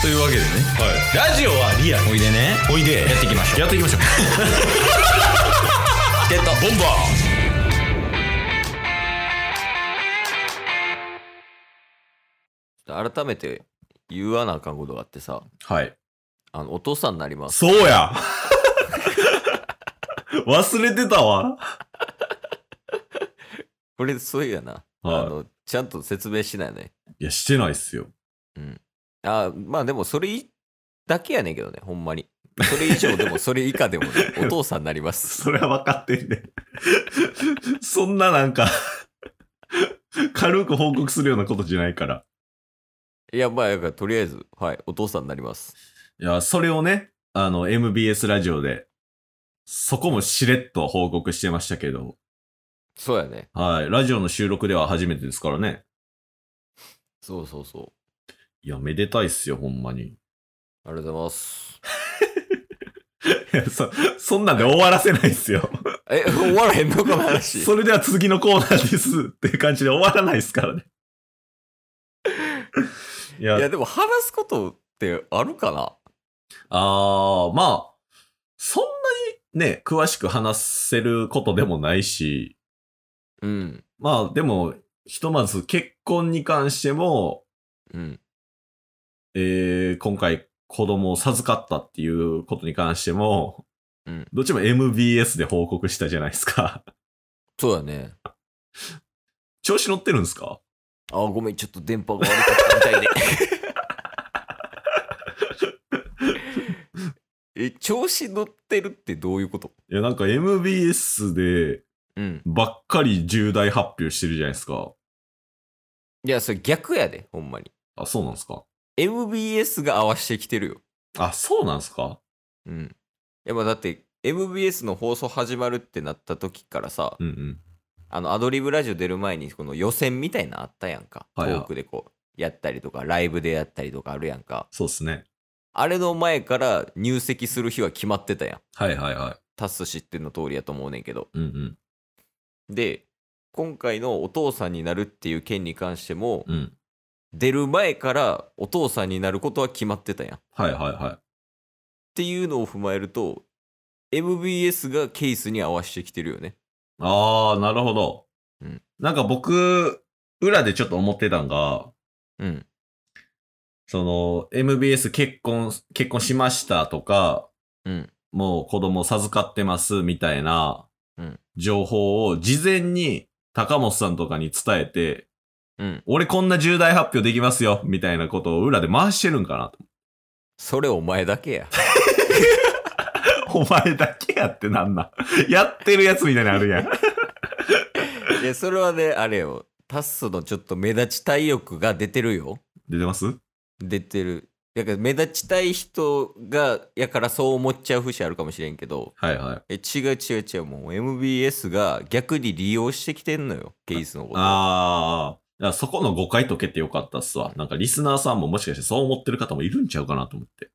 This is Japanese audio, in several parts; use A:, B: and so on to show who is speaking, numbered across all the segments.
A: というわけでね
B: はい、ラジオはリアル
A: おいでね
B: おいで
A: やっていきましょう
B: やって いきましょう
A: ゲットボンバ
C: 改めて言わなあかんことがあってさ
B: ーはい
C: あのお父さんになります
B: そうや 忘れてたわ
C: これそういやな、
B: はい
C: あのちゃんと説明しないね
B: いやしてないっすよ
C: あまあでもそれいだけやねんけどねほんまにそれ以上でもそれ以下で もねお父さんになります
B: それは分かってんねそんななんか軽く報告するようなことじゃないから
C: いやまあだからとりあえずはいお父さんになります
B: いやそれをねあの MBS ラジオでそこもしれっと報告してましたけど
C: そうやね
B: はいラジオの収録では初めてですからね
C: そうそうそ
B: いやめでたいっすよほんまに
C: うありがとうございます
B: いやそそんなんで終わらせないっすよ
C: え 終わらへんのこ の話
B: それでは次のコーナーですっていう感じで終わらないですからね。いや、
C: いやでも話すことってあるかな
B: あー、まあ、そんなにね、詳しく話せることでもないし、
C: うん
B: まあでも、ひとまず結婚に関しても、
C: うん
B: えー、今回子供を授かったっていうことに関しても、
C: うん
B: どっちも MBS で報告したじゃないですか。
C: そうやね
B: 調子乗ってるんですか
C: あごめんちょっと電波が悪かったみたいで え調子乗ってるってどういうこと
B: いや、なんか MBS で
C: うん
B: ばっかり重大発表してるじゃないですか。
C: いやそれ逆やでほんまに
B: あ、そうなんですか
C: MBS が合わしてきてるよ
B: あ、そうなんですか
C: うんいやまあだって MBS の放送始まるってなった時からさ
B: うんうん。
C: あのアドリブラジオ出る前にこの予選みたいなのあったやんかト
B: はいはい
C: ークでこうやったりとかライブでやったりとかあるやんか
B: そうですね。
C: あれの前から入籍する日は決まってたやん
B: はいはいは
C: タス知っての通りやと思うねんけど
B: い。うん
C: で今回のお父さんになるっていう件に関しても、
B: うん。うん。
C: 出る前からお父さんになることは決まってたやんっ
B: はいはいは
C: ていうのを踏まえると MBS がケースに合わせてきてるよね
B: い。あー、なるほど。
C: うん
B: なんか僕、裏でちょっと思ってたんが、
C: うん
B: その、MBS 結婚、結婚しましたとか、
C: うん
B: もう子供授かってますみたいな
C: うん、
B: 情報を事前に高本さんとかに伝えて、
C: うん
B: 俺こんな重大発表できますよ、みたいなことを裏で回してるんかなと。
C: それお前だけや
B: お前だけやってなん なん。やってるやつみたいなのあるやん。
C: いやそれはねあれよタッソのちょっと目立ちたい欲が出てるよ
B: 出てます
C: 出てるだから目立ちたい人がやからそう思っちゃう節あるかもしれんけど
B: はいは
C: え
B: い。
C: 違う違う違うもう MBS が逆に利用してきてんのよケースのことを
B: あー。だからそこの誤解解けてよかったっすわ。なんかリスナーさんももしかしてそう思ってる方もいるんちゃうかなと思って。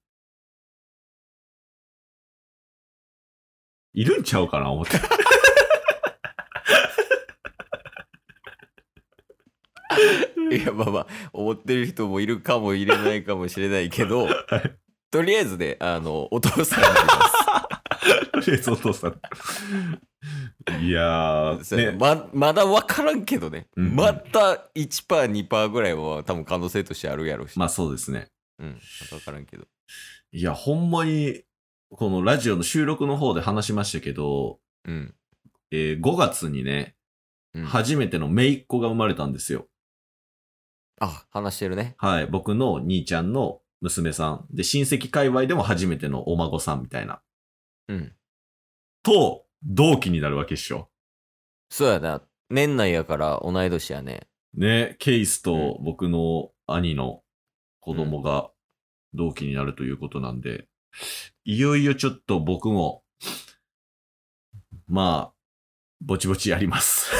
B: いるんちゃうかな思って。
C: いやまあまあ思ってる人もいるかもいれないかもしれないけど、とりあえずねあのお父さんになり
B: とりあえずお父さん。 いや
C: ます、
B: ー、ね、
C: ままだ分からんけどね、
B: うんうん
C: また 1%2% ぐらいは多分可能性としてあるやろうし、
B: まあそうですね。
C: うん、また分からんけど
B: いや、ほんまに、このラジオの収録の方で話しましたけど、
C: うん、
B: えー5月にね、
C: うん
B: 初めての姪っ子が生まれたんですよ。
C: あ話してるね
B: はい、僕の兄ちゃんの娘さん。で、親戚界隈でも初めてのお孫さんみたいな。
C: うん
B: と、同期になるわけっしょ。
C: そうやな年内やから同い年やね
B: ね、ケイスと僕の兄の子供が同期になるということなんで、いよいよちょっと僕も、まあ、ぼちぼちやります。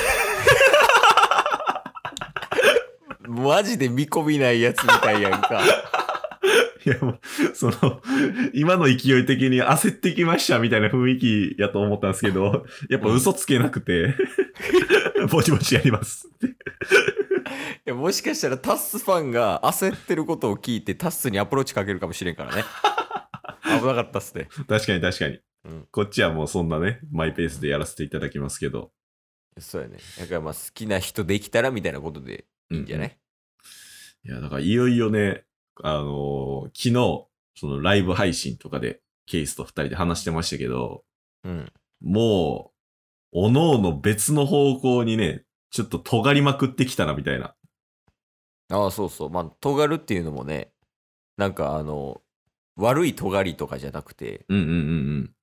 C: マジで見込みないやつみたいやん か
B: いや、もうその、今の勢い的に焦ってきましたみたいな雰囲気やと思ったんですけど、やっぱ嘘つけなくて、ぼちぼちやります。
C: やもしかしたらタッスファンが焦ってることを聞いてタッスにアプローチかけるかもしれんから ね危なかったっすね
B: 確かに確かに、
C: うん
B: こっちはもうそんなね、マイペースでやらせていただきますけど。
C: そうやねだからまあ好きな人できたらみたいなことでいいんじゃない、
B: いや、だからいよいよね、あのー昨日、そのライブ配信とかで、ケイスと二人で話してましたけど、
C: うん、
B: もう、おのの別の方向にね、ちょっと尖りまくってきたな、みたいな。
C: ああそうそうまあ尖るっていうのもねなんかあの悪い尖りとかじゃなくて
B: うんうんうん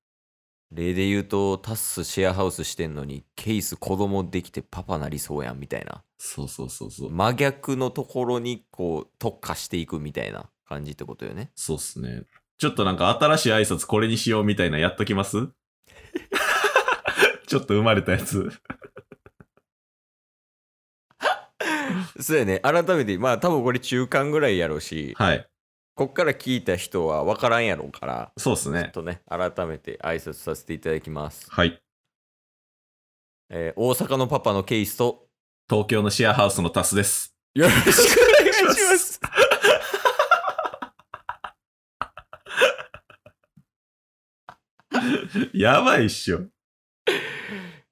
C: 例で言うとタッスシェアハウスしてんのにケース子供できてパパなりそうやんみたいな
B: そうそうそうそう。
C: 真逆のところにこう特化していくみたいな感じってことよね
B: そうっすね。ちょっとなんか新しい挨拶これにしようみたいなやっときますちょっと生まれたやつ。
C: そうやね改めてまあ多分これ中間ぐらいやろうし
B: はい。
C: こっから聞いた人は分からんやろうから
B: そうっす
C: ちょっ
B: ね。
C: とね改めて挨拶させていただきます、
B: はい。
C: えー大阪のパパのケースと
B: 東京のシェアハウスのタスです。
C: よろしくお願いします。
B: やばいっしょ。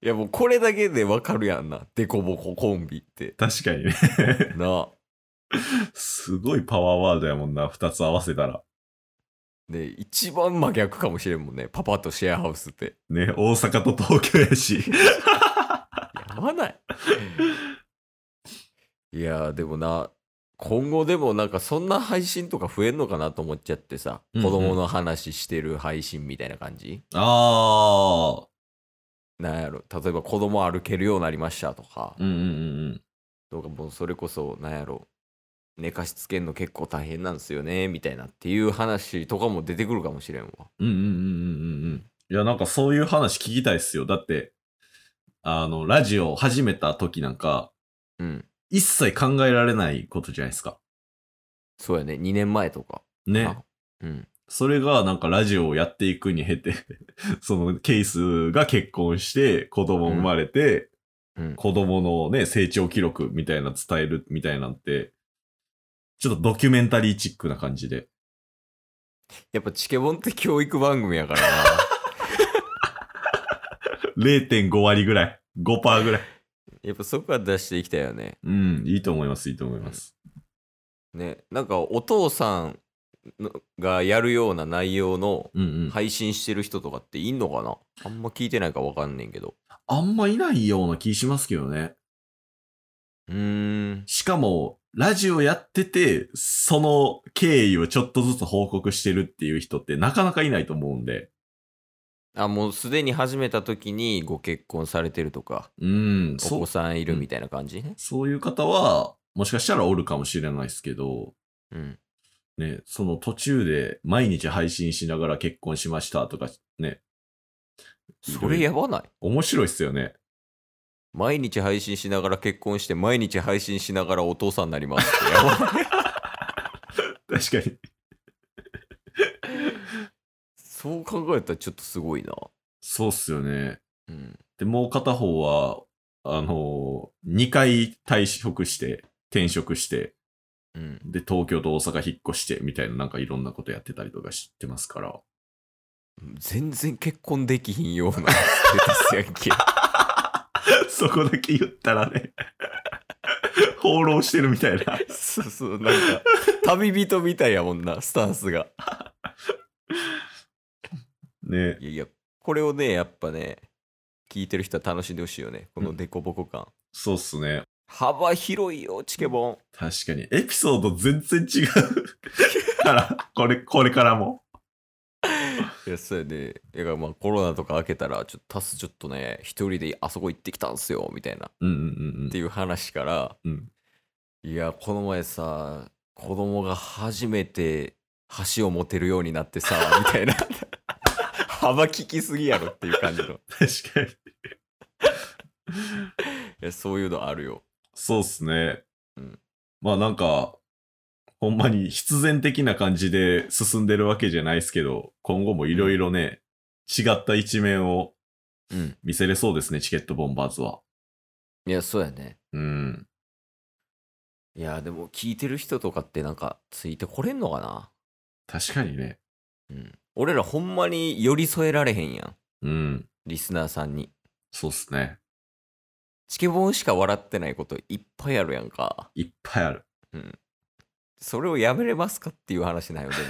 C: いやもうこれだけで分かるやんなデコボココンビって
B: 確かにね。
C: なあ
B: すごいパワーワードやもんな。二つ合わせたら。
C: ね一番真逆かもしれんもんねパパとシェアハウスって
B: ね、大阪と東京やし。
C: やばないいやーでもな今後でもなんかそんな配信とか増えんのかなと思っちゃってさ、
B: うんうん
C: 子供の話してる配信みたいな感じ
B: ああ。
C: なんやろ例えば子供歩けるようになりましたとか、
B: うんうんうん
C: どうかもうそれこそなんやろ寝かしつけんの結構大変なんですよねみたいなっていう話とかも出てくるかもしれんわ
B: うん。うんうんうんうんうんうん。いや、なんかそういう話聞きたいっすよ。だって、あの、ラジオ始めた時なんか、
C: うん
B: 一切考えられないことじゃないですか。
C: そうやね2年前とか
B: ね
C: あ。うん
B: それがなんかラジオをやっていくに経て、 そのケイスが結婚して、子供生まれて、
C: うん
B: 子供のね、成長記録みたいな伝えるみたいなんて、ちょっとドキュメンタリーチックな感じで。
C: やっぱチケボンって教育番組やから な
B: 0.5割ぐらい。5%ぐらい。
C: やっぱそこは出していきたいよね
B: うん、いいと思います、いいと思います。
C: ねなんかお父さんのがやるような内容の
B: うんうん。
C: 配信してる人とかっていんのかなあんま聞いてないかわかんねんけど
B: あんまいないような気しますけどね。
C: うーん
B: しかも、ラジオやってて、その経緯をちょっとずつ報告してるっていう人ってなかなかいないと思うんで。
C: あもうすでに始めた時にご結婚されてるとか
B: うん、
C: お
B: そ
C: 子
B: う、
C: さんいるみたいな感じね
B: そういう方は、もしかしたらおるかもしれないですけど、
C: うん
B: ね、その途中で毎日配信しながら結婚しましたとか、ね、
C: それやばない
B: 面白いっすよね。
C: 毎日配信しながら結婚して毎日配信しながらお父さんになりますってやばい
B: 確かに。
C: そう考えたらちょっとすごいな
B: そうっすよね。
C: うん
B: で、もう片方は、あのー、2回退職して、転職して、
C: うん
B: で、東京と大阪引っ越して、みたいな、なんかいろんなことやってたりとかしてますから。
C: 全然結婚できひんような ステータスやんけ
B: そこだけ言ったら ね、放浪してるみたいな。
C: そうそう、なんか、旅人みたいやもんな、スタンスが。
B: ね。
C: いやいや、これをね、やっぱね、聞いてる人は楽しんでほしいよね、こ
B: う
C: の
B: ん
C: デコボコ感。
B: そうっすね。
C: 幅広いよ、チケボン。
B: 確かに。エピソード全然違うから、これ、これからも。
C: いや、そうやね。いや、まあ、コロナとか明けたら、ちょっと、タスちょっとね、一人であそこ行ってきたんすよ、みたいな、っ
B: うんうん
C: ていう話から、
B: うんうん。
C: いや、この前さ、子供が初めて橋を持てるようになってさ、 みたいな。幅利きすぎやろっていう感じの。い
B: 確かに。
C: や、そういうのあるよ。
B: そうっすね。
C: うん
B: まあなんか、ほんまに必然的な感じで進んでるわけじゃないですけど、今後もいろいろね、違った一面を
C: うん。
B: 見せれそうですね、チケットボンバーズは。
C: いや、そうやね。
B: うん。
C: いやでも聞いてる人とかってなんかついてこれんのかな
B: 確かにね。
C: うん俺らほんまに寄り添えられへんやん
B: うん。
C: リスナーさんに
B: そうっすね。
C: チケボンしか笑ってないこといっぱいあるやんか
B: いっぱいある。
C: それをやめれますかっていう話なんよでも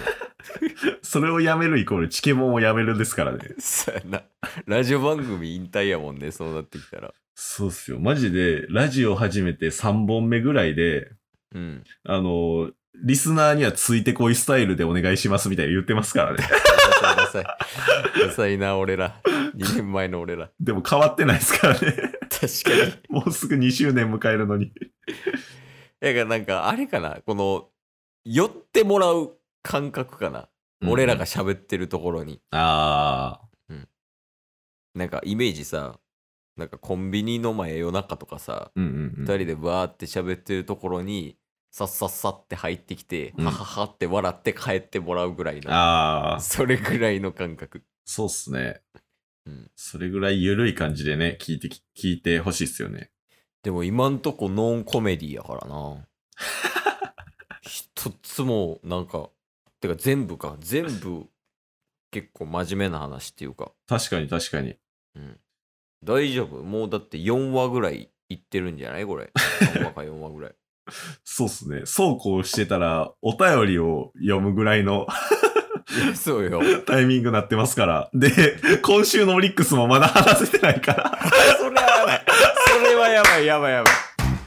B: それをやめるイコール、チケモンをやめるですからね。
C: そうやなラジオ番組引退やもんねそうなってきたら
B: そうっすよ。マジで、ラジオ始めて3本目ぐらいで、
C: うん
B: あの、リスナーにはついてこいスタイルでお願いしますみたいに言ってますからね。
C: ダサいダサいダサいな俺ら2年前の俺ら
B: でも変わってないですからね。
C: 確かに
B: もうすぐ2周年迎えるのに。
C: だからなんかあれかなこの寄ってもらう感覚かな、俺らが喋ってるところに
B: ああ。
C: なんかイメージさなんかコンビニの前夜中とかさ
B: うんうん、
C: 2
B: うん。
C: 人でバーって喋ってるところにさっさっさって入ってきて、
B: うん
C: はははって笑って帰ってもらうぐらいの
B: ああ。
C: それぐらいの感覚
B: そうっすね。
C: うん
B: それぐらい緩い感じでね、聞いてき、聞いてほしいっすよね。
C: でも今んとこノンコメディやからな一つもなんかてか全部か全部結構真面目な話っていうか
B: 確かに確かに。
C: うん大丈夫もうだって4話ぐらいいってるんじゃないこれ3話か4話ぐらい
B: そうっすね。そうこうしてたら、お便りを読むぐらいの
C: い やそうよ
B: タイミングになってますから。で、今週のオリックスもまだ話せてないから。
C: それはやばいそれはやばいやばいやばい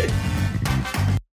A: す